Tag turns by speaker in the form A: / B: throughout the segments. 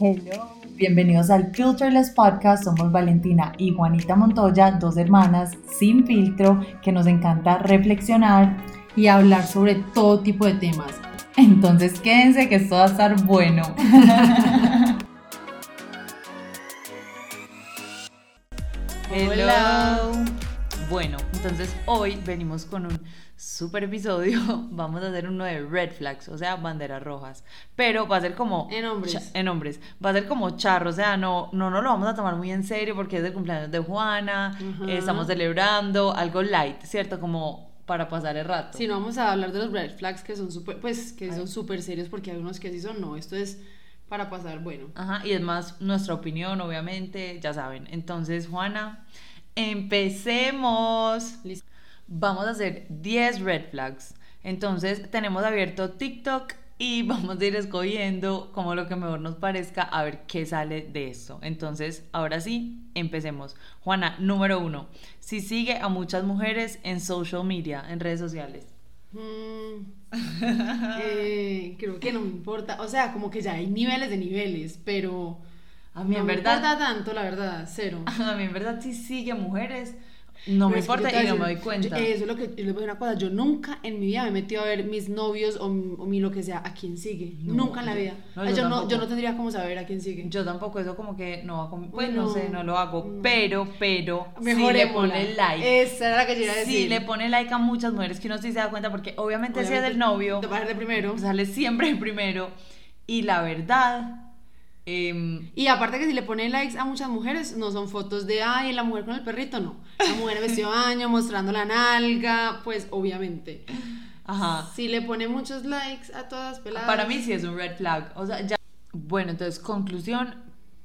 A: Hello, bienvenidos al Filterless Podcast. Somos Valentina y Juanita Montoya, dos hermanas sin filtro que nos encanta reflexionar.
B: y hablar sobre todo tipo de temas.
A: Entonces quédense que esto va a estar bueno.
C: Hello. Bueno, entonces hoy venimos con un super episodio. Vamos a hacer uno de red flags, o sea, banderas rojas. Pero va a ser como.
B: En hombres.
C: cha- En hombres. Va a ser como charro, o sea, no, no nos lo vamos a tomar muy en serio porque es el cumpleaños de Juana.
B: Ujú.
C: eh, estamos celebrando algo light, ¿cierto? Como para pasar el rato.
B: Si no vamos a hablar de los red flags que son súper, pues que son súper serios porque hay unos que sí son, no, esto es para pasar bueno.
C: Ajá, y es más nuestra opinión, obviamente, ya saben. Entonces, Juana, empecemos.
B: Listo.
C: Vamos a hacer 10 red flags. Entonces, tenemos abierto TikTok y vamos a ir escogiendo como lo que mejor nos parezca a ver qué sale de esto. Entonces, ahora sí, empecemos. Juana, número uno. Si sigue a muchas mujeres en social media, en redes sociales.
B: Mm, eh, creo que no me importa, o sea, como que ya hay niveles de niveles, pero
C: A mí,
B: no
C: en
B: me
C: verdad.
B: importa tanto, la verdad, cero.
C: A mí en verdad sí sigue mujeres. No me
B: Pero es que yo
C: importa
B: te voy
C: y
B: a
C: no me doy
B: decir,
C: cuenta.
B: yo- eso es lo que yo les voy a decir una cosa, yo nunca en mi vida me he metido a ver mis novios o, mi- o mi lo que sea, a quién sigue,
C: No,
B: nunca en la
C: yo-
B: vida.
C: no,
B: Ah,
C: yo
B: yo, no,
C: tampoco.
B: yo no tendría cómo saber a quién sigue.
C: Yo tampoco, eso como que no va con- Pues
B: Uy,
C: no,
B: no.
C: sé, no lo hago.
B: No.
C: Pero, pero, si le
B: Mejorémosla.
C: pone like.
B: Esa era mm. la que yo iba a decir.
C: Si le pone like a muchas mujeres que uno sí se da cuenta, porque obviamente, si es del novio,
B: Te vas de primero.
C: sale siempre el primero. Y la verdad, em,
B: Y aparte que si le pone likes a muchas mujeres, no son fotos de, ay, la mujer con el perrito, no. La mujer vestido de baño, mostrando la nalga, pues obviamente.
C: ajá.
B: Si le pone muchos likes a todas peladas.
C: Ah. Para mí sí es un red flag. O sea, ya. Bueno, entonces, conclusión,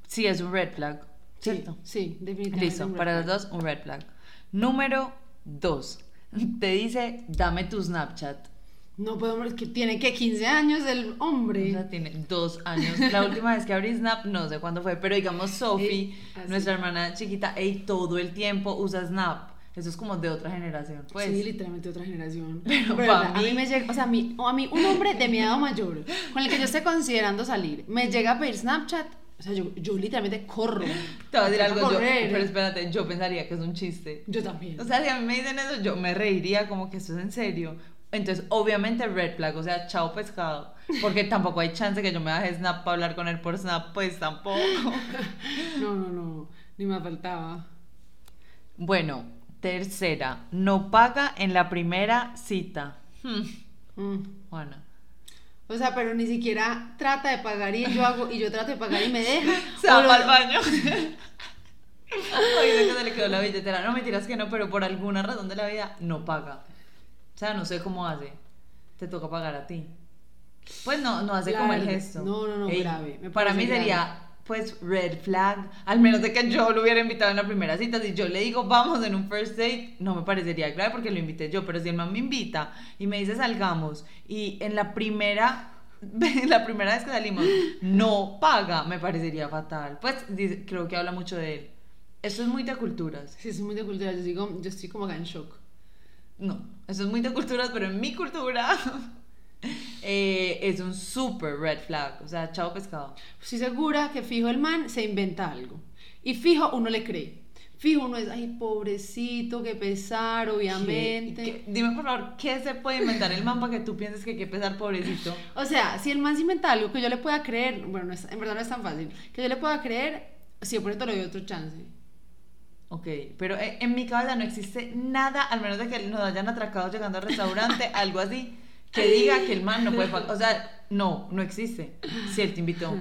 C: sí es un red flag.
B: sí,
C: ¿Cierto?
B: sí, definitivamente. pues,
C: Listo,
B: un red
C: para las
B: flag.
C: dos, un red flag. Número dos, te dice, dame tu Snapchat.
B: No podemos, es que tiene que 15 años el hombre.
C: O sea, tiene dos años. La última vez que abrí Snap, no sé cuándo fue, pero digamos, Sophie,
B: Eh, así.
C: nuestra hermana chiquita, ey, todo el tiempo usa Snap. Eso es como de otra generación. Pues,
B: sí, literalmente otra generación.
C: Pero
B: la
C: pa'
B: verdad, a mí
C: mí-
B: me llega, o sea, a mí, o a mí un hombre de mi edad o mayor, con el que yo esté considerando salir, me llega a pedir Snapchat, o sea, yo, yo literalmente corro.
C: te voy a decir algo yo,
B: Correr. ¿eh?
C: pero espérate, yo pensaría que es un chiste.
B: Yo también.
C: O sea, si a mí me dicen eso, yo me reiría como que esto es en serio. Entonces, obviamente, red flag, o sea, chao pescado. Porque tampoco hay chance que yo me baje Snap para hablar con él por Snap, pues tampoco.
B: No, no, no, ni me faltaba.
C: Bueno, tercera, no paga en la primera cita. Hmm,
B: Mm.
C: Juana.
B: O sea, pero ni siquiera trata de pagar y yo hago, y yo trato de pagar y me deja.
C: Se
B: O
C: va
B: lo-
C: para el baño. Oye, que se le quedó la billetera. No, mentiras que no, pero por alguna razón de la vida no paga. O sea, no sé cómo hace. Te toca pagar a ti. Pues no, no hace
B: La
C: como el
B: verdad-
C: gesto.
B: no, no, no, grave. Me
C: para
B: parece
C: mí
B: grave.
C: sería, pues, red flag. Al menos de que yo lo hubiera invitado en la primera cita. Si yo le digo, vamos en un first date, no me parecería grave porque lo invité yo. Pero si el man me invita y me dice, salgamos, y en la primera. La primera vez que salimos no paga, me parecería fatal. Pues dice- creo que habla mucho de él. Esto es muy de culturas.
B: Sí, es muy de cultura, yo digo, yo estoy como acá en shock.
C: No, eso es muy de culturas, pero en mi cultura eh, es un super red flag. O sea, chao pescado.
B: Estoy segura que fijo el man se inventa algo. Y fijo uno le cree. Fijo uno es, ay, pobrecito, qué pesar, obviamente.
C: ¿Qué- qué- dime por favor, ¿qué se puede inventar el man para que tú pienses que hay que pesar pobrecito?
B: O sea, si el man se inventa algo que yo le pueda creer, bueno, no es- en verdad no es tan fácil, que yo le pueda creer, si yo por eso le doy otro chance.
C: Ok, pero eh, en mi cabeza no existe nada, al menos de que nos hayan atracado llegando al restaurante, algo así, que diga que el man no puede pagar. O sea, no, no existe. Si él te invitó.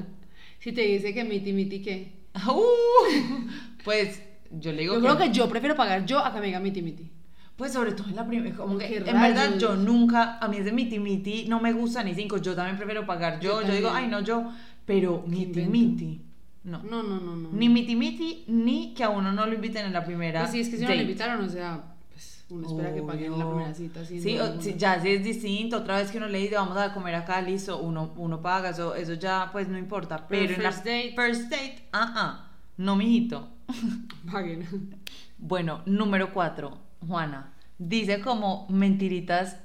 B: Si te dice que miti, miti, ¿qué?
C: Uh, pues yo le digo
B: Yo creo que yo prefiero pagar yo a que me diga miti, miti.
C: Pues sobre todo en la primera, como que
B: Qué
C: en verdad
B: rayos.
C: yo nunca, a mí ese miti miti no me gusta ni cinco, yo también prefiero pagar
B: Yo
C: yo, yo, digo,
B: también.
C: ay no yo, pero miti
B: invento.
C: miti, no.
B: No, no, no, no.
C: Ni miti miti, ni que a uno no lo inviten en la primera
B: Pues sí, es que si no le
C: date.
B: invitaron, o sea, pues uno espera que paguen en la
C: Obvio.
B: primera cita. sin
C: Sí,
B: duda
C: o- sí,
B: alguna.
C: ya si es distinto, otra vez que uno le dice vamos a comer acá, listo, uno, uno paga, eso, eso ya pues no importa,
B: Pero
C: pero, en la
B: first date.
C: first date, ah, ah, no mijito.
B: Paguen.
C: Bueno, número cuatro, Juana, dice como mentiritas,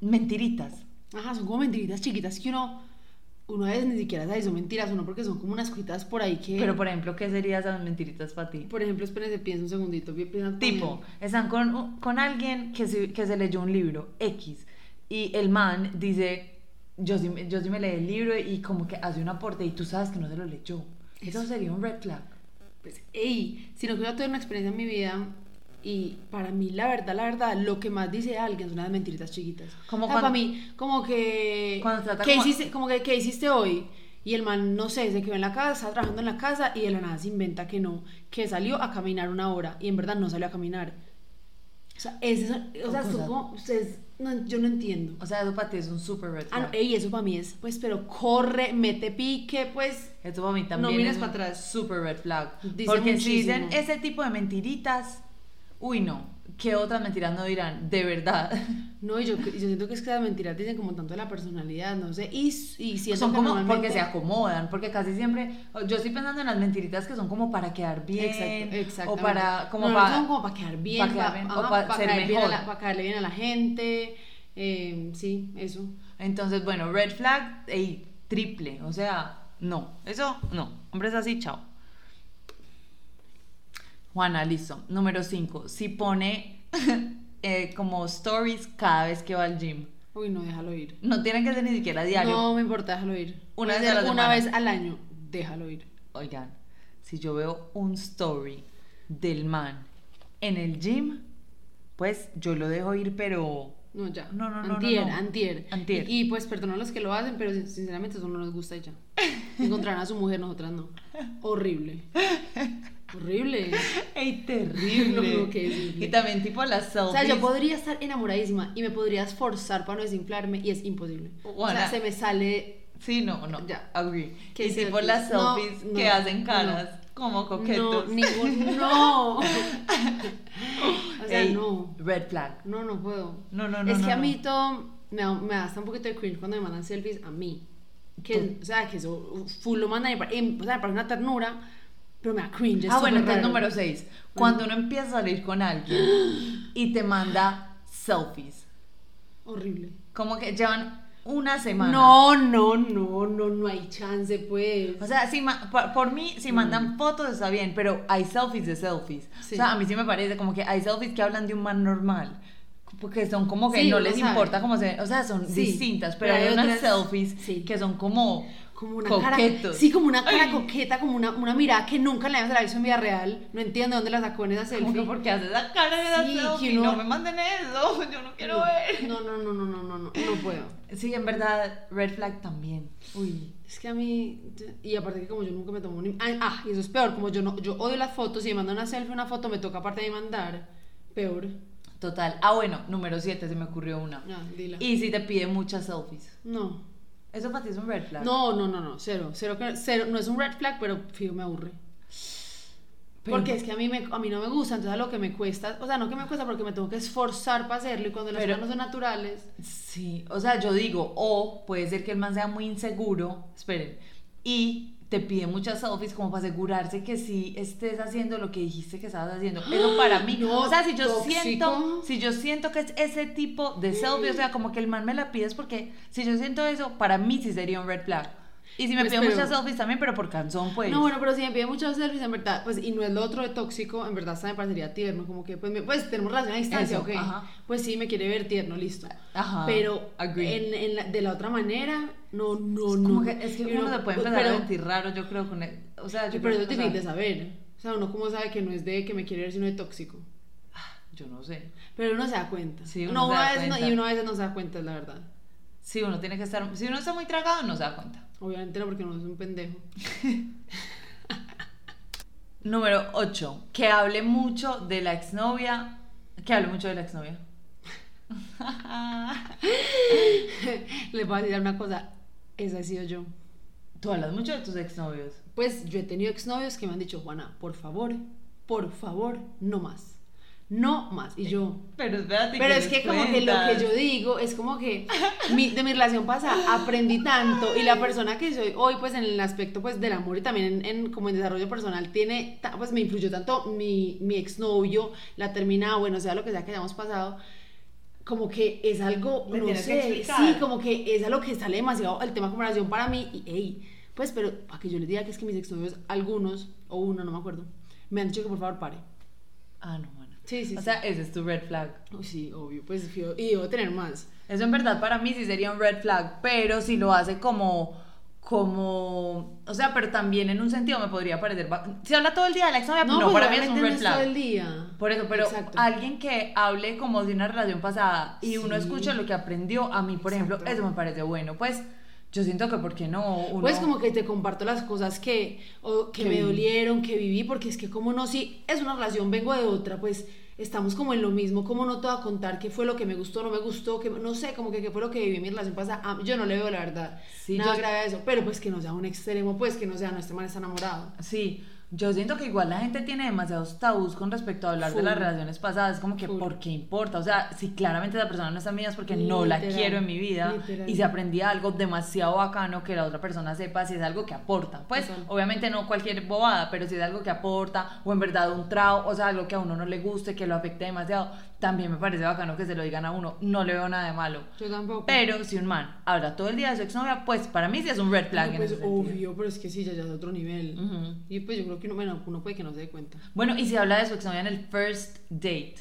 C: mentiritas.
B: Ajá, son como mentiritas chiquitas que uno. uno a veces ni siquiera sabe si son mentiras o no, porque son como unas cuitas por ahí que.
C: Pero, por ejemplo, ¿qué serían esas mentiritas para ti?
B: por ejemplo, espérense, piensa un segundito. pi- piensa-
C: Tipo, están con, con alguien que se, que se leyó un libro, X, y el man dice, yo sí, me- yo sí me leí el libro y como que hace un aporte y tú sabes que no se lo leyó. Eso
B: Eso.
C: sería un red flag.
B: pues, ey, sino que yo tuve una experiencia en mi vida y para mí, la verdad, la verdad, lo que más dice alguien son las mentiritas chiquitas.
C: Como
B: O sea,
C: cuando-
B: para mí, como que.
C: Cuando trata
B: ¿qué
C: como-
B: hiciste, como que, ¿qué hiciste hoy? Y el man, no sé, se quedó en la casa, estaba trabajando en la casa y de la nada se inventa que no, que salió a caminar una hora y en verdad no salió a caminar. O sea, ese es- o sea,
C: Son
B: son
C: cosas-
B: como- ustedes, no, yo no entiendo.
C: O sea, eso para ti es un super red
B: Ah,
C: flag.
B: no, ey, eso para mí es, pues, pero corre, mete pique, pues.
C: Esto para mí también
B: mires
C: es
B: pa'
C: un
B: atrás.
C: super red flag.
B: Dice
C: Porque si
B: muchísimo.
C: dicen ese tipo de mentiritas, uy no, ¿qué otras mentiras no dirán? De verdad.
B: No, y yo, y yo siento que es que las mentiras dicen como tanto de la personalidad, no sé, y, y siento
C: son
B: que
C: como
B: normalmente-
C: porque se acomodan, porque casi siempre yo estoy pensando en las mentiritas que son como para quedar bien
B: Exacto,
C: o
B: exactamente.
C: para como
B: No, no,
C: para
B: son como para quedar bien,
C: para quedar
B: pa-
C: bien, o
B: ajá,
C: para ser
B: caer bien a
C: mejor.
B: la- para caerle bien a la gente, eh, sí, eso.
C: Entonces, bueno, red flag, ey, triple, o sea, no, eso no, hombres así, chao. Juana, listo. Número 5, si pone eh, como stories cada vez que va al gym.
B: Uy, no, déjalo ir.
C: No tienen que ser ni siquiera diario.
B: No me importa, déjalo ir.
C: Una
B: Puede
C: vez a la
B: ser una
C: semana.
B: vez al año, déjalo ir.
C: Oigan, si yo veo un story del man en el gym, pues yo lo dejo ir, pero
B: No, ya.
C: No, no, no, no,
B: Antier,
C: no.
B: antier.
C: Antier.
B: Y, y, pues perdón a los que lo hacen, pero sin- sinceramente eso no nos gusta y ya. Encontrarán a su mujer, nosotras no. Horrible. Horrible.
C: ¡Ey, terrible!
B: No, no, qué horrible.
C: y también tipo las
B: O sea,
C: selfies.
B: yo podría estar enamoradísima y me podría esforzar para no desinflarme y es imposible. o
C: Juana.
B: sea, se me sale.
C: Sí, no, no,
B: Ya.
C: agree.
B: ¿Qué
C: Y tipo
B: selfies?
C: las
B: No,
C: selfies
B: no,
C: que hacen
B: no.
C: caras como
B: No,
C: coquetos.
B: ningún. No. o sea,
C: Ey,
B: no.
C: Red flag.
B: No, no puedo.
C: No, no, no,
B: Es
C: no,
B: que a
C: no.
B: mí todo. Me, da- me da hasta un poquito de cringe cuando me mandan selfies a mí. Que, o sea, que eso uh, full lo mandan y, pa- y, o sea, me parece una ternura, pero me da cringe. es
C: Ah, bueno, entonces
B: súper raro.
C: número 6. Cuando uno empieza a salir con alguien y te manda selfies,
B: Horrible.
C: como que llevan una semana.
B: No, no, no, no, no hay chance, pues.
C: O sea, si ma- por, por mí, si mandan fotos está bien, pero hay selfies de selfies.
B: Mm. Sí.
C: O sea, a mí sí me parece como que hay selfies que hablan de un man normal. Porque son como que
B: Sí,
C: no
B: uno
C: les
B: sabe.
C: importa cómo se ven. O sea, son
B: Sí,
C: distintas, pero, hay, unas selfies
B: sí.
C: que son como,
B: como una cara,
C: coquetos.
B: sí, como una cara
C: Ay.
B: coqueta, como una, una mirada que nunca le habíamos visto en vida real. No entiendo dónde la sacó en esa
C: Como que
B: selfie.
C: porque hace esa cara de
B: Sí,
C: la
B: que
C: selfie.
B: uno-
C: No me manden eso, yo no quiero
B: no,
C: ver.
B: No, no, no, no, no, no, no, no puedo.
C: Sí, en verdad, red flag también. Uy.
B: Es que a mí y aparte que como yo nunca me tomo un ah, ah, y eso es peor, como yo no yo odio las fotos, si me mandan una selfie, una foto me toca aparte de mandar, peor.
C: Total. Ah, bueno, número 7 se me ocurrió una.
B: Ah, dila.
C: Y si te pide muchas selfies.
B: No.
C: Eso para ti es un red flag.
B: No, no, no, no, cero, cero, que- cero, no es un red flag, pero fijo me aburre.
C: Pero-
B: porque es que a mí, me, a mí no me gusta, entonces a lo que me cuesta, o sea, no que me cuesta porque me tengo que esforzar para hacerlo y cuando las
C: Pero-
B: cosas no son naturales,
C: Sí, o sea, yo digo, o puede ser que el man sea muy inseguro, esperen, y te pide muchas selfies como para asegurarse que sí estés haciendo lo que dijiste que estabas haciendo. Eso para mí,
B: No,
C: o sea, si yo
B: tóxico.
C: siento, si yo siento que es ese tipo de selfie, o sea, como que el man me la pide es porque si yo siento eso, para mí sí sería un red flag. Y si me
B: Pues,
C: pide
B: pero-
C: muchas selfies también, pero por canzón, pues.
B: No, bueno, pero si me pide muchos selfies, en verdad, pues, y no es lo otro de tóxico, en verdad, hasta me parecería tierno, como que, pues, me- pues tenemos relación a distancia,
C: Eso,
B: ok.
C: ajá.
B: Pues sí, me quiere ver tierno, listo.
C: Ajá,
B: Pero
C: agree.
B: en- en la- de la otra manera, no, no,
C: Es
B: no.
C: como que, es que
B: Y pues,
C: uno se puede empezar
B: pero,
C: a sentir raro, yo creo, con él. O sea, yo
B: Pero
C: creo
B: eso es
C: o sea,
B: difícil de saber. O sea, uno como sabe que no es de que me quiere ver, sino de tóxico.
C: ah, Yo no sé.
B: Pero uno se da cuenta.
C: Sí, uno
B: no,
C: se
B: una
C: da
B: vez no-
C: cuenta.
B: y uno a veces no se da cuenta, es la verdad.
C: Si uno tiene que estar, si uno está muy tragado, no se da cuenta.
B: Obviamente no, porque uno es un pendejo.
C: Número 8. Que hable mucho de la exnovia. Que hable mucho de la exnovia.
B: Les voy a decir una cosa, esa he sido yo.
C: Tú hablas mucho de tus exnovios.
B: Pues yo he tenido exnovios que me han dicho, Juana, por favor, por favor, no más. No más. Y yo.
C: Pero espérate.
B: Pero es
C: les
B: que como que lo que
C: cuentas.
B: yo digo es como que mi- de mi relación pasada aprendí tanto y la persona que soy hoy pues en el aspecto pues del amor y también en, en- como en desarrollo personal tiene ta- pues me influyó tanto mi, mi exnovio, la terminada, bueno, sea lo que sea que hayamos pasado como que es algo,
C: Me
B: no
C: tienes que
B: sé,
C: explicar.
B: sí, como que es algo que sale demasiado el tema comparación para mí y ey, pues pero para que yo les diga que es que mis exnovios, algunos o uno, no me acuerdo, me han dicho que por favor pare.
C: Ah, no, mana.
B: Sí, sí,
C: O
B: sí.
C: sea, ese es tu red flag.
B: Oh, sí, obvio, pues fío- y debo tener más.
C: Eso en verdad para mí sí sería un red flag, pero si lo hace como como, o sea, pero también en un sentido me podría parecer, va- si habla todo el día de la exnovia, no,
B: pues,
C: para mí es
B: obviamente
C: un
B: no
C: red flag.
B: todo el día.
C: Por eso, pero
B: Exacto.
C: alguien que hable como de una relación pasada y uno
B: Sí.
C: escucha lo que aprendió, a mí, por ejemplo,
B: Exacto.
C: eso me parece bueno. Pues yo siento que, ¿por qué no? Uno...
B: Pues como que te comparto las cosas que, o que
C: Que
B: me
C: viví.
B: dolieron, que viví, porque es que como no, si es una relación, vengo de otra, pues estamos como en lo mismo, como no te voy a contar qué fue lo que me gustó, no me gustó, que no sé, como que qué fue lo que viví en mi relación pasada, Ah, yo no le veo la verdad,
C: Sí,
B: nada
C: yo-
B: grave a eso, pero pues que no sea un extremo, pues que no sea, no, este man está enamorado.
C: Sí, yo siento que igual la gente tiene demasiados tabús con respecto a hablar de
B: Full.
C: las relaciones pasadas. Como que,
B: Full.
C: ¿por qué importa? O sea, si claramente esa persona no está en mi vida es porque no la
B: Literal,
C: quiero en mi vida.
B: literal.
C: Y si aprendí algo demasiado bacano que la otra persona sepa, si es algo que aporta. Pues,
B: Total.
C: obviamente no cualquier bobada, pero si es algo que aporta, o en verdad un trago, o sea, algo que a uno no le guste, que lo afecte demasiado, también me parece bacano que se lo digan a uno. No le veo nada de malo.
B: Yo tampoco.
C: Pero si un man habla todo el día de su exnovia, pues para mí sí es un red
B: No,
C: flag en
B: pues
C: ese sentido.
B: obvio, pero es que sí, ya, ya es otro nivel.
C: Ujú.
B: Y pues yo creo que uno, bueno, uno puede que no se dé cuenta.
C: Bueno, y si habla de su exnovia en el first date.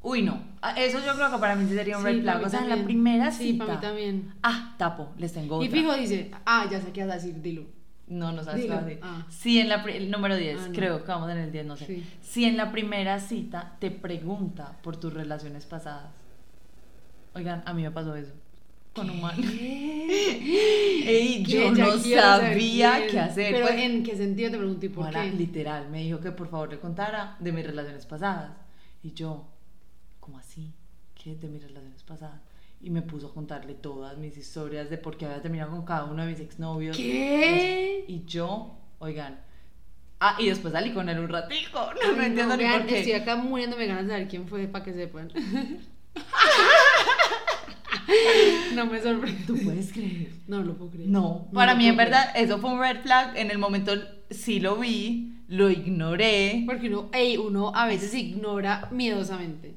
C: Uy, no. Ah, Eso yo creo que para mí sí sería un
B: Sí,
C: red
B: para
C: flag.
B: mí
C: O sea, en la
B: también.
C: primera cita.
B: Sí, para mí también.
C: Ah, tapo, les tengo
B: Y
C: otra.
B: fijo dice, ah, ya sé qué vas a decir, dilo.
C: No, no sabes qué
B: Dilo.
C: va a decir.
B: Ah.
C: Si en la pri- el número 10,
B: Ah, no.
C: creo que vamos en el 10, no sé.
B: Sí.
C: Si en la primera cita te pregunta por tus relaciones pasadas. Oigan, a mí me pasó eso. Con un man. Ey, yo
B: Que ya
C: no
B: quiero saber
C: sabía
B: quién.
C: qué hacer.
B: Pero
C: pues.
B: en qué sentido te pregunto y por
C: Juana,
B: qué.
C: literal, me dijo que por favor le contara de mis relaciones pasadas. Y yo, ¿cómo así? ¿Qué de mis relaciones pasadas? Y me puso a contarle todas mis historias de por qué había terminado con cada uno de mis exnovios.
B: ¿Qué?
C: Y yo, oigan. Ah, y después salí con él un ratico. No,
B: Ay,
C: no entiendo ni
B: vean,
C: por qué.
B: Estoy acá muriéndome de ganas de saber quién fue para que sepan. no me sorprende.
C: ¿Tú puedes creer?
B: No lo puedo creer.
C: No,
B: No
C: para
B: lo
C: mí en
B: puedo
C: verdad eso fue un red flag. En el momento sí lo vi, lo ignoré.
B: creer. Porque uno, ey, uno a veces ignora miedosamente.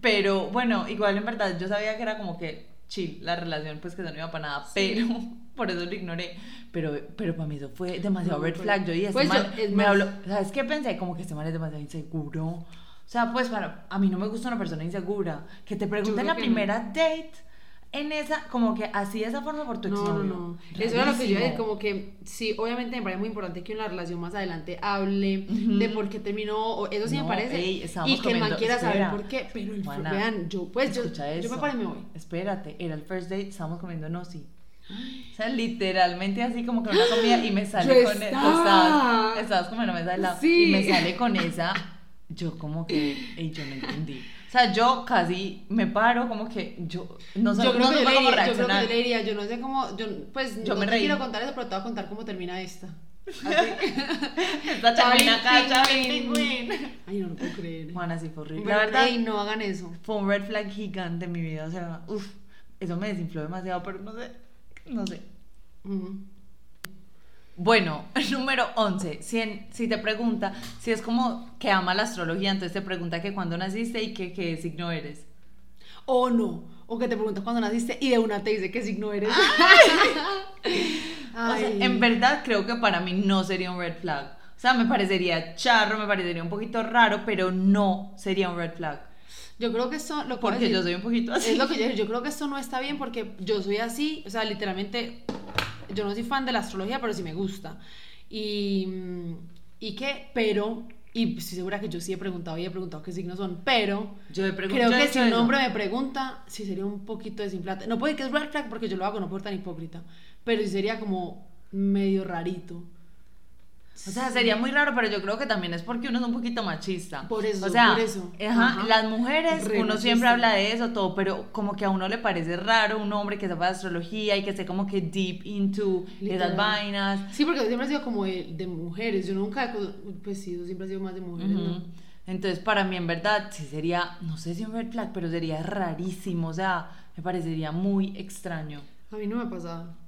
C: Pero bueno, igual en verdad yo sabía que era como que chill la relación, pues que eso no iba para nada, pero por eso lo ignoré. Pero, pero para mí eso fue demasiado
B: No,
C: red
B: pero-
C: flag. Yo dije, este
B: Pues yo-
C: man
B: es
C: me
B: más-
C: habló, ¿sabes qué pensé? Como que este man es demasiado inseguro. O sea, pues para, a mí no me gusta una persona insegura. Que te pregunte en
B: creo
C: la
B: que
C: primera date, en esa, como que así de esa forma por tu
B: No, no,
C: exnovio.
B: no. Eso era lo que yo iba a decir,
C: Rarísimo.
B: como que sí, obviamente me parece muy importante que en la relación más adelante hable de por qué terminó, o- eso sí
C: No,
B: me parece.
C: ey, estábamos
B: y que el man
C: comiendo-
B: quiera
C: espera.
B: saber por qué, pero el,
C: Juana,
B: vean, yo pues yo,
C: Escucha
B: yo
C: eso.
B: me paro y me voy.
C: Espérate, era el first date, estábamos comiendo nozi. O sea, literalmente así como que una comida y me sale
B: Yo
C: con e-
B: estaba.
C: o estabas- estabas como en la mesa de lado
B: Sí.
C: y me sale con esa. Yo como que, ey, yo no entendí. O sea, yo casi me paro como que yo no sé,
B: yo, creo
C: no
B: que yo,
C: supe
B: le
C: cómo
B: diría, yo creo que
C: reaccionar.
B: yo le diría, yo no sé cómo, yo, pues
C: Yo
B: no
C: me
B: te
C: reí.
B: quiero contar eso, pero te voy a contar cómo termina esta.
C: Esta chamina acá, Chavín
B: Pingüín.
C: Pingüín.
B: Ay, no lo puedo creer.
C: Juana, sí fue horrible. La
B: Pero,
C: verdad,
B: ey, no hagan eso.
C: fue un red flag gigante en mi vida. O sea, uff, eso me desinfló demasiado, pero no sé, no sé.
B: Ujú.
C: Bueno, número 11. Si, en- si te pregunta, si es como que ama la astrología, entonces te pregunta que cuándo naciste y que qué signo eres.
B: O no. O que te preguntas cuándo naciste y de una te dice qué signo eres.
C: O sea,
B: Ay.
C: en verdad creo que para mí no sería un red flag. O sea, me parecería charro, me parecería un poquito raro, pero no sería un red flag.
B: Yo creo que esto lo que voy a
C: Porque yo
B: decir-
C: soy un poquito así.
B: es lo que yo, yo creo que esto no está bien porque yo soy así, o sea, literalmente yo no soy fan de la astrología, pero sí me gusta. Y mm, y que pero y estoy segura que yo sí he preguntado y he preguntado qué signos son, pero
C: Yo he pregun-
B: creo
C: yo he
B: que
C: hecho
B: si un
C: eso.
B: hombre me pregunta, si sería un poquito desinflante. No puede que es red flag porque yo lo hago, no por tan hipócrita, pero sí sería como medio rarito.
C: O sea, sería muy raro, pero yo creo que también es porque uno es un poquito machista.
B: Por eso,
C: o sea,
B: por eso.
C: ajá,
B: Ajá.
C: las mujeres,
B: Re
C: uno siempre
B: machista.
C: habla de eso, todo, pero como que a uno le parece raro un hombre que sepa de astrología y que esté como que deep into
B: Literal.
C: esas vainas.
B: Sí, porque yo siempre he sido como de, de mujeres. Yo nunca, he co- pues sí, yo siempre he sido más de mujeres, ¿no?
C: Ujú. Entonces, para mí, en verdad, sí sería, no sé si un red flag, pero sería rarísimo, o sea, me parecería muy extraño.
B: A mí no me ha pasado.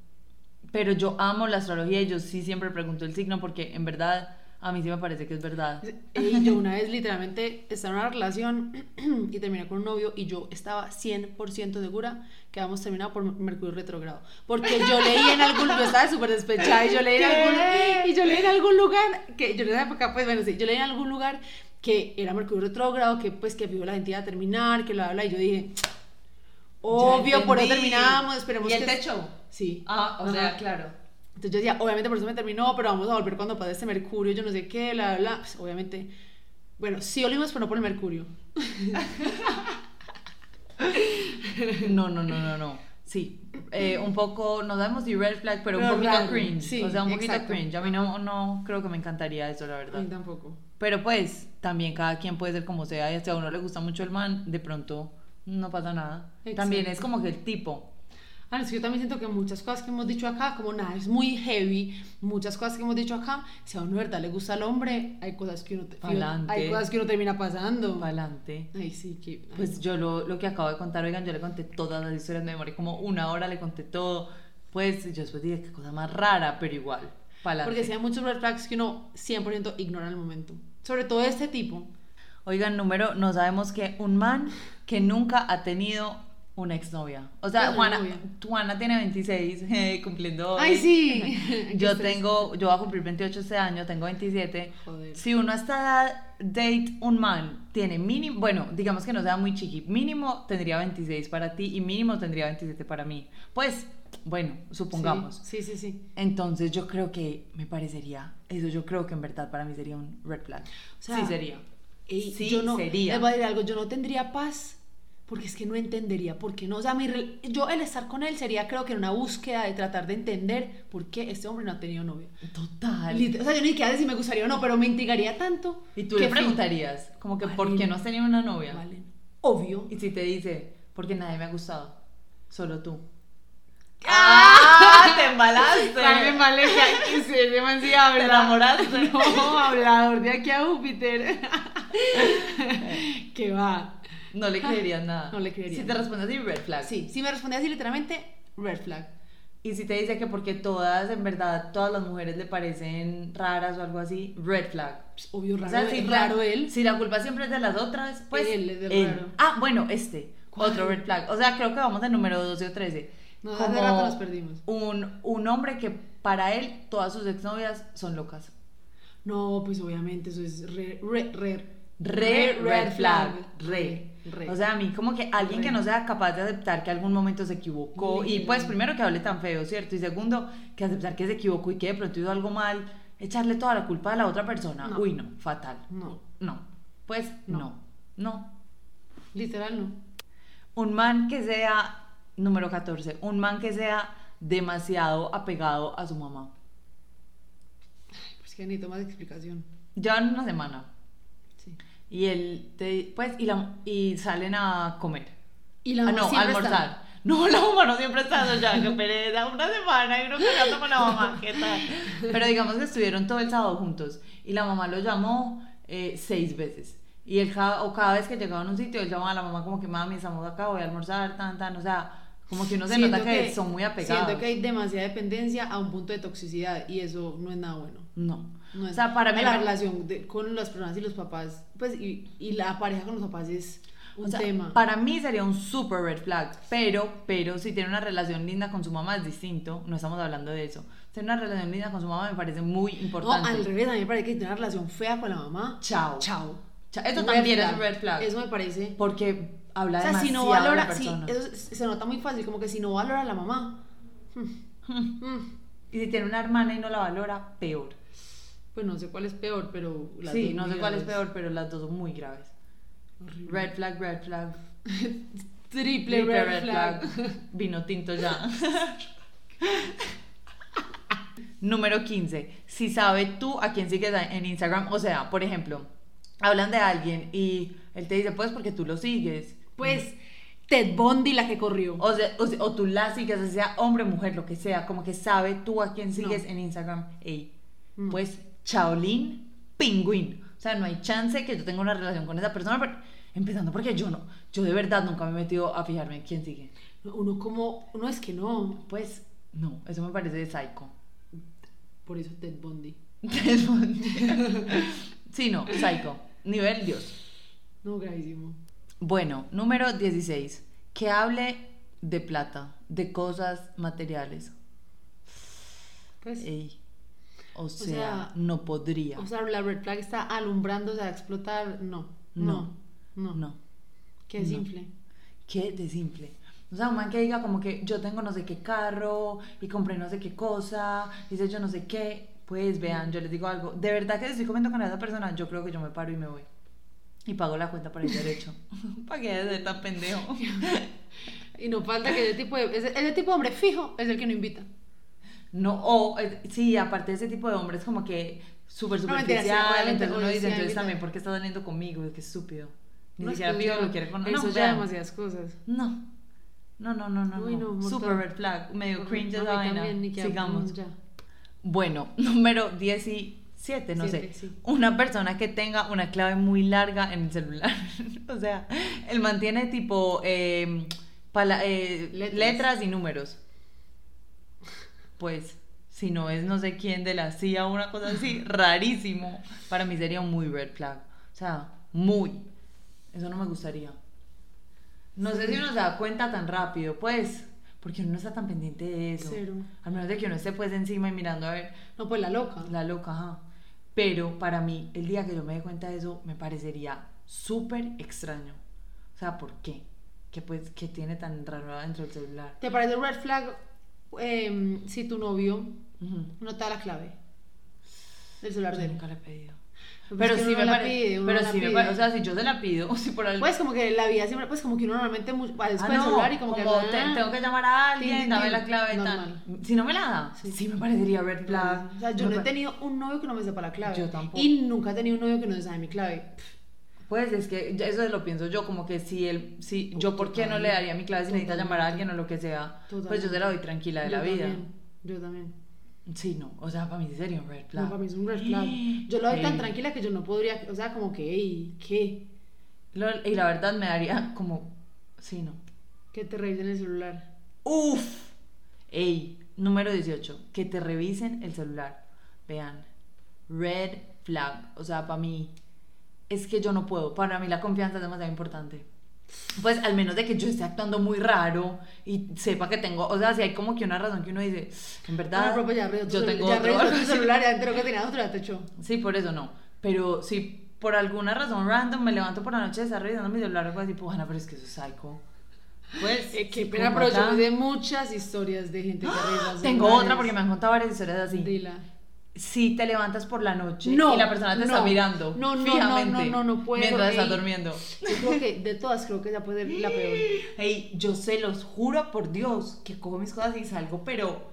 C: Pero yo amo la astrología y yo sí siempre pregunto el signo porque en verdad A mí sí me parece que es verdad.
B: Y yo una vez literalmente estaba en una relación y terminé con un novio y yo estaba 100% segura que habíamos terminado por Mercurio retrogrado. Porque yo leí en algún yo estaba súper despechada y yo leí en algún, y yo leí en algún lugar, que yo en esa época, pues bueno, sí, yo leí en algún lugar que era Mercurio retrogrado, que pues que fijo la gente iba a terminar, que lo habla y yo dije, obvio, por eso
C: entendí.
B: terminamos, esperemos
C: ¿Y el
B: que-
C: techo?
B: Sí.
C: Ah, o
B: Ajá.
C: sea, claro.
B: Entonces yo decía, obviamente por eso me terminó, pero vamos a volver cuando pase este mercurio, yo no sé qué, bla, bla, bla. Pues, obviamente, bueno, sí olimos, pero no por el mercurio.
C: No, no, no, no, no. Sí, eh, un poco, no sabemos si red flag, pero,
B: Pero
C: un poquito
B: raro,
C: cringe.
B: sí,
C: o sea, un poquito
B: exacto.
C: cringe. A mí no, no creo que me encantaría eso, la verdad.
B: tampoco.
C: Pero pues, también cada quien puede ser como sea. Y si a uno le gusta mucho el man, de pronto no pasa nada. También
B: Exacto.
C: es como que el tipo.
B: Ah, no, es que yo también siento que muchas cosas que hemos dicho acá, como nada, es muy heavy, muchas cosas que hemos dicho acá, si a uno de verdad le gusta al hombre, hay cosas que uno, te-
C: Pa'lante.
B: hay cosas que uno termina pasando.
C: para adelante.
B: Ay, sí, que... ay,
C: Pues yo lo, lo que acabo de contar, oigan, yo le conté todas las historias, me demoré como una hora, le conté todo. Pues yo después dije, qué cosa más rara, pero igual. Para
B: porque si hay muchos red flags que uno 100% ignora en el momento. Sobre todo de este tipo.
C: Oigan, número, no sabemos que un man que nunca ha tenido una exnovia. O sea,
B: Una
C: Juana,
B: novia.
C: Juana tiene 26, eh, cumpliendo. hoy.
B: ¡Ay, sí! Este
C: Yo
B: Qué
C: tengo, yo voy a cumplir 28 este año, tengo 27.
B: Joder.
C: Si uno hasta date un man, tiene mínimo, bueno, digamos que no sea muy chiqui, mínimo tendría 26 para ti y mínimo tendría 27 para mí. Pues, bueno, supongamos.
B: Sí, sí, sí.
C: Entonces yo creo que me parecería, eso yo creo que en verdad para mí sería un red flag.
B: O sea,
C: sí sería.
B: Ey,
C: Sí,
B: yo no,
C: sería.
B: Les voy a decir algo, yo no tendría paz porque es que no entendería por qué no. O sea, mi re- yo el estar con él sería creo que una búsqueda de tratar de entender por qué este hombre no ha tenido novia.
C: Total.
B: Lit- O sea, yo ni siquiera sé si me gustaría o no, pero me intrigaría tanto.
C: Y tú le
B: que-
C: preguntarías, como que, ¿por
B: Valen.
C: qué no has tenido una novia?
B: Valen. Obvio.
C: Y si te dice, porque nadie me ha gustado, solo tú. ¡Ah! ¡Te embalaste!
B: vale, que se me
C: ¿Te enamoraste?
B: No, hablador de aquí a Júpiter. que va.
C: No le creerías nada.
B: No le creería
C: Si te
B: nada.
C: responde así, red flag.
B: Sí, si me respondía así literalmente, red flag.
C: Y si te dice que porque todas, en verdad, todas las mujeres le parecen raras o algo así, red flag.
B: Pues, obvio,
C: O
B: raro,
C: sea, si la-
B: raro él.
C: Si la culpa siempre es de las otras, pues.
B: Él es del raro.
C: Ah, bueno, este.
B: ¿Cuál?
C: Otro red flag. O sea, creo que vamos de número 12 o 13.
B: No, hace
C: Como
B: rato nos perdimos.
C: Un, un hombre que para él todas sus exnovias son locas.
B: No, pues obviamente eso es re, re, re.
C: Re, red, flag. Re.
B: re.
C: O sea, a mí como que alguien que
B: Re.
C: no sea capaz de aceptar que algún momento se equivocó. Y
B: Literal.
C: pues primero que hable tan feo, ¿cierto? Y segundo, que aceptar que se equivocó y que de pronto hizo algo mal, echarle toda la culpa a la otra persona.
B: No.
C: Uy, no, fatal.
B: No,
C: No. Pues
B: No.
C: no. No.
B: literal no.
C: Un man que sea, número 14, un man que sea demasiado apegado a su mamá.
B: Ay, Pues que necesito más explicación.
C: Llevan una semana
B: Sí.
C: y él te, pues, y, la, y salen a comer.
B: Y la
C: ah,
B: mamá
C: no, a
B: siempre
C: almorzar.
B: está.
C: No, la mamá no siempre está, o sea, que pereza, una semana y uno peleando con la mamá, ¿qué tal? Pero digamos que estuvieron todo el sábado juntos y la mamá lo llamó eh, seis veces. Y él cada, o cada vez que llegaba a un sitio, él llamaba a la mamá como que, mami, estamos acá, voy a almorzar, tan, tan, o sea, como que uno se
B: Siento
C: nota que, son muy apegados.
B: Siento que hay demasiada dependencia a un punto de toxicidad y eso no es nada bueno.
C: No.
B: No es,
C: o sea, para mí
B: la
C: la-
B: relación de- con las personas y los papás, pues, y, y la pareja con los papás es un
C: o sea,
B: tema.
C: Para mí sería un super red flag, pero, pero si tiene una relación linda con su mamá es distinto, no estamos hablando de eso. Tener una relación linda con su mamá me parece muy
B: no,
C: importante.
B: al revés, a mí me parece que tiene una relación fea con la mamá.
C: Chao.
B: Chao.
C: Cha- Esto
B: Red
C: también
B: flag.
C: es un red flag.
B: Eso me parece.
C: Porque habla
B: O sea, si
C: demasiado
B: no
C: de la
B: valora, sí,
C: persona.
B: eso se se nota muy fácil, como que si no valora a la mamá, mm,
C: Y si tiene una hermana y no la valora, peor.
B: pues no sé cuál es peor, pero... las
C: sí,
B: dos
C: no sé cuál es
B: unidades.
C: peor, pero las dos son muy graves.
B: Horrible.
C: Red flag, red flag.
B: Triple,
C: triple
B: red, flag.
C: Vino tinto ya. Número 15. Si sabe tú a quién sigues en Instagram, o sea, por ejemplo, hablan de alguien y él te dice, pues porque tú lo sigues.
B: Pues Ted Bundy la que corrió.
C: O, sea, o, sea, o tú la sigues, o sea hombre, mujer, lo que sea, como que sabe tú a quién sigues en Instagram. Ey,
B: No.
C: pues Shaolin Pingüín. O sea, no hay chance que yo tenga una relación con esa persona, pero- empezando porque yo no, yo de verdad nunca me he metido a fijarme en quién sigue.
B: Uno como, no es que no,
C: Pues no, eso me parece de psycho.
B: por eso Ted Bundy.
C: Desmond. sí, no, psycho. Nivel Dios.
B: No, gravísimo.
C: Bueno, número 16. Que hable de plata, de cosas materiales.
B: Pues,
C: Ey. O sea,
B: sea,
C: no podría.
B: o sea, la red flag está alumbrando, o sea, a explotar. No, no, no.
C: no.
B: Que es
C: no.
B: simple.
C: Qué de simple. O sea, un man que diga como que yo tengo no sé qué carro y compré no sé qué cosa, dice yo no sé qué. Pues vean, yo les digo algo. De verdad que si estoy comiendo con esa persona, yo creo que yo me paro y me voy. Y pago la cuenta para el derecho. ¿Para qué de ser tan pendejo?
B: Y no falta que ese tipo de, ese, ese tipo de hombre fijo es el que no invita.
C: No, o eh, sí, aparte de ese tipo de hombres como que súper
B: No, mentira,
C: superficial,
B: sí, obviamente,
C: entonces uno
B: obvio, sí,
C: dice, entonces
B: obviamente.
C: también, ¿por qué está saliendo conmigo? Qué estúpido. Ni
B: No,
C: siquiera
B: es que
C: pido
B: yo-
C: lo quiere conocer.
B: Eso
C: no,
B: ya
C: vean.
B: demasiadas cosas.
C: No. No, no, no, no.
B: Uy, no, un
C: no.
B: montón.
C: Super red flag. Medio cringe
B: No,
C: esa
B: a mí
C: vaina.
B: también, ni que-
C: Sigamos.
B: Ya.
C: Bueno, número 17, no
B: Siete,
C: sé.
B: sí.
C: Una persona que tenga una clave muy larga en el celular. o sea, él mantiene tipo eh, pala- eh,
B: Letras.
C: letras. y números. Pues, si no es no sé quién de la CIA o una cosa así, rarísimo. Para mí sería un muy red flag. O sea, muy. Eso no me gustaría. No sé si uno se da cuenta tan rápido, pues, porque uno no está tan pendiente de eso.
B: Cero.
C: Al menos de que uno esté pues encima y mirando a ver
B: No, pues la loca.
C: la loca, ajá. Pero para mí, el día que yo me dé cuenta de eso, me parecería súper extraño. O sea, ¿por qué? ¿Qué, pues, qué tiene tan raro dentro del celular?
B: ¿Te parece red flag em, si tu novio
C: Ujú.
B: no te da la clave del celular
C: Yo
B: de él?
C: nunca la he pedido.
B: Pues
C: Pero
B: es que
C: sí
B: uno
C: me
B: la
C: pare-
B: pide, uno
C: Pero
B: la
C: sí me
B: pide.
C: pare- O sea, si yo se la pido, o si por algo.
B: Pues como que la vida siempre, pues como que uno normalmente mu- va después
C: Ah,
B: del
C: no,
B: celular y como,
C: como
B: que...
C: te-
B: ah.
C: tengo que llamar a alguien,
B: Tin, tin,
C: dame
B: tin.
C: la clave y
B: Normal.
C: tal. Si no me la da,
B: Sí.
C: sí, me parecería red flag.
B: O sea,
C: Me
B: yo no he
C: pare-
B: tenido un novio que no me sepa la clave.
C: Yo tampoco.
B: Y nunca he tenido un novio que no se sabe mi clave.
C: Pues es que ya eso lo pienso yo, como que si él, si yo por qué no le daría mi clave si necesita llamar a alguien o lo que sea, pues yo se la doy tranquila de
B: Yo
C: la vida.
B: también, Yo también.
C: Sí, no, o sea, para mí sería un red flag.
B: No, para mí es un red flag. Yo lo doy tan
C: Sí.
B: tranquila que yo no podría, o sea, como que, ey, ¿qué?
C: Lol, y la verdad me daría como, sí, no.
B: Que te revisen el celular.
C: Uf. Ey, número 18, que te revisen el celular. Vean, red flag, o sea, para mí es que yo no puedo, para mí la confianza es demasiado importante. Pues al menos de que yo esté actuando muy raro y sepa que tengo, o sea, si hay como que una razón que uno dice, en verdad,
B: Ah, propio, ya revisó tu
C: yo
B: celu-
C: tengo
B: ya
C: otro.
B: revisó tu celular, ya entero que tenías otro, ya te echó.
C: Sí, por eso no. Pero si por alguna razón random me levanto por la noche y está revisando mi celular o algo así, pues, Ana, pero es que eso es psycho. Pues,
B: Eh, qué
C: sí,
B: pena,
C: como
B: pero yo
C: pata.
B: de muchas historias de gente que revisa
C: Tengo
B: celulares.
C: otra porque me han contado varias historias así.
B: Dila.
C: Si te levantas por la noche
B: No,
C: y la persona te está
B: no,
C: mirando
B: no, no,
C: fijamente
B: no, no, no, no puedo,
C: mientras está
B: ey.
C: durmiendo.
B: Yo creo que de todas creo que esa puede ser la peor.
C: Ey, yo se los juro por Dios que cojo mis cosas y salgo, pero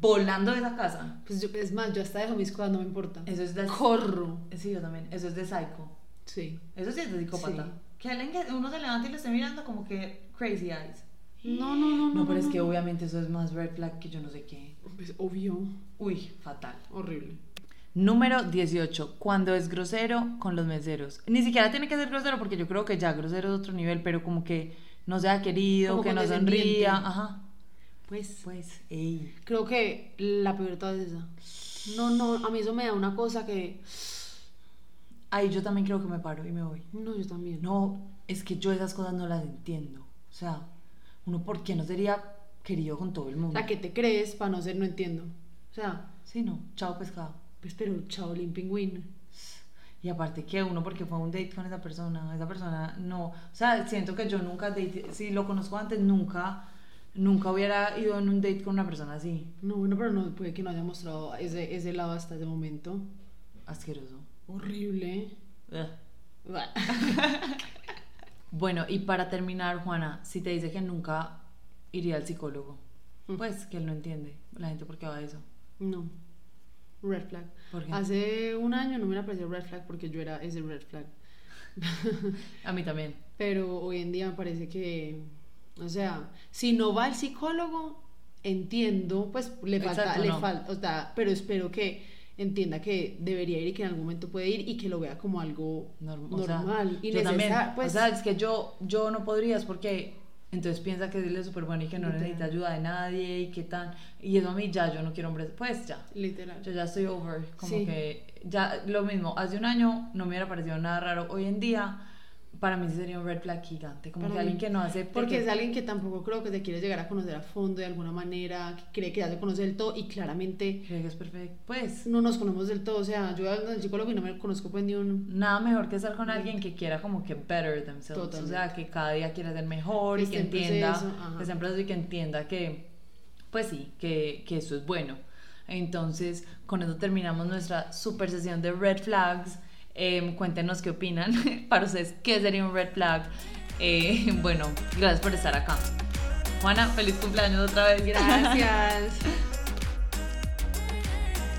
C: volando de esa casa.
B: Pues yo, es más, yo hasta dejo mis cosas, no me importa.
C: Eso es de...
B: Corro.
C: Sí, yo también. Eso es de psycho.
B: Sí.
C: Eso sí es de psicópata.
B: Sí.
C: Que alguien que uno se levanta y lo esté mirando como que crazy eyes.
B: No, no, no, no.
C: No, pero es
B: no,
C: que
B: no.
C: obviamente eso es más red flag que yo no sé qué.
B: Pues, obvio.
C: Uy, fatal.
B: Horrible.
C: Número 18. Cuando es grosero con los meseros. Ni siquiera tiene que ser grosero porque yo creo que ya grosero es otro nivel, pero como que no sea querido,
B: Como
C: que no
B: condescendiente.
C: sonría. Ajá.
B: Pues,
C: Pues, ey.
B: creo que la peor de todas es esa. No, no, a mí eso me da una cosa que...
C: Ay, yo también creo que me paro y me voy.
B: No, yo también.
C: No, es que yo esas cosas no las entiendo. O sea, uno, ¿por qué no sería querido con todo el
B: O
C: mundo?
B: sea, que te crees para no ser, no entiendo. O sea,
C: Sí, no. Chao, pescado.
B: pues pero Shaolin Pingüín.
C: Y aparte que uno, porque fue a un date con esa persona, esa persona no, o sea, siento que yo nunca, date, si lo conozco antes, nunca, nunca hubiera ido en un date con una persona así,
B: No, bueno, pero no, puede que no haya mostrado ese, ese lado hasta ese momento.
C: asqueroso.
B: Horrible.
C: Ugh.
B: Buah.
C: Bueno, y para terminar, Juana, si te dice que nunca iría al psicólogo,
B: Mm.
C: pues que él no entiende, la gente por qué va a eso.
B: No. Red flag.
C: ¿Por qué?
B: Hace un año no me hubiera parecido red flag porque yo era ese red flag.
C: A mí también.
B: Pero hoy en día me parece que, o sea, si no va al psicólogo, entiendo, pues le falta,
C: Exacto,
B: le
C: no.
B: falta, o sea, pero espero que entienda que debería ir y que en algún momento puede ir y que lo vea como algo
C: Norm- o sea,
B: normal y
C: yo también.
B: necesario. Pues,
C: O sea, es que yo, yo no podría, es porque Entonces piensa que él es súper bueno y que no
B: Literal.
C: necesita ayuda de nadie y que tan... Y eso a mí ya, yo no quiero hombres, pues ya.
B: Literal.
C: Yo ya estoy over, como
B: Sí.
C: que ya lo mismo, hace un año no me hubiera parecido nada raro, hoy en día para mí sí sería un red flag gigante, como que
B: Para mí.
C: alguien que no acepte
B: Porque
C: que-
B: es alguien que tampoco creo que se quiere llegar a conocer a fondo de alguna manera, que cree que ya se conoce del todo y claramente
C: cree que es perfecto, pues
B: no nos conocemos del todo. O sea, yo al al psicólogo y no me conozco pues ni un...
C: nada mejor que estar con alguien que quiera como que better themselves, o sea,
B: Totalmente.
C: que cada día quiera ser mejor
B: Que
C: y que
B: esté en
C: entienda,
B: proceso, ajá.
C: que esté en proceso y que entienda que, pues sí, que, que eso es bueno. Entonces, con eso terminamos nuestra super sesión de red flags. Em, cuéntenos qué opinan para ustedes, qué sería un red flag. Eh, bueno, gracias por estar acá. Juana, feliz cumpleaños otra vez.
B: Gracias.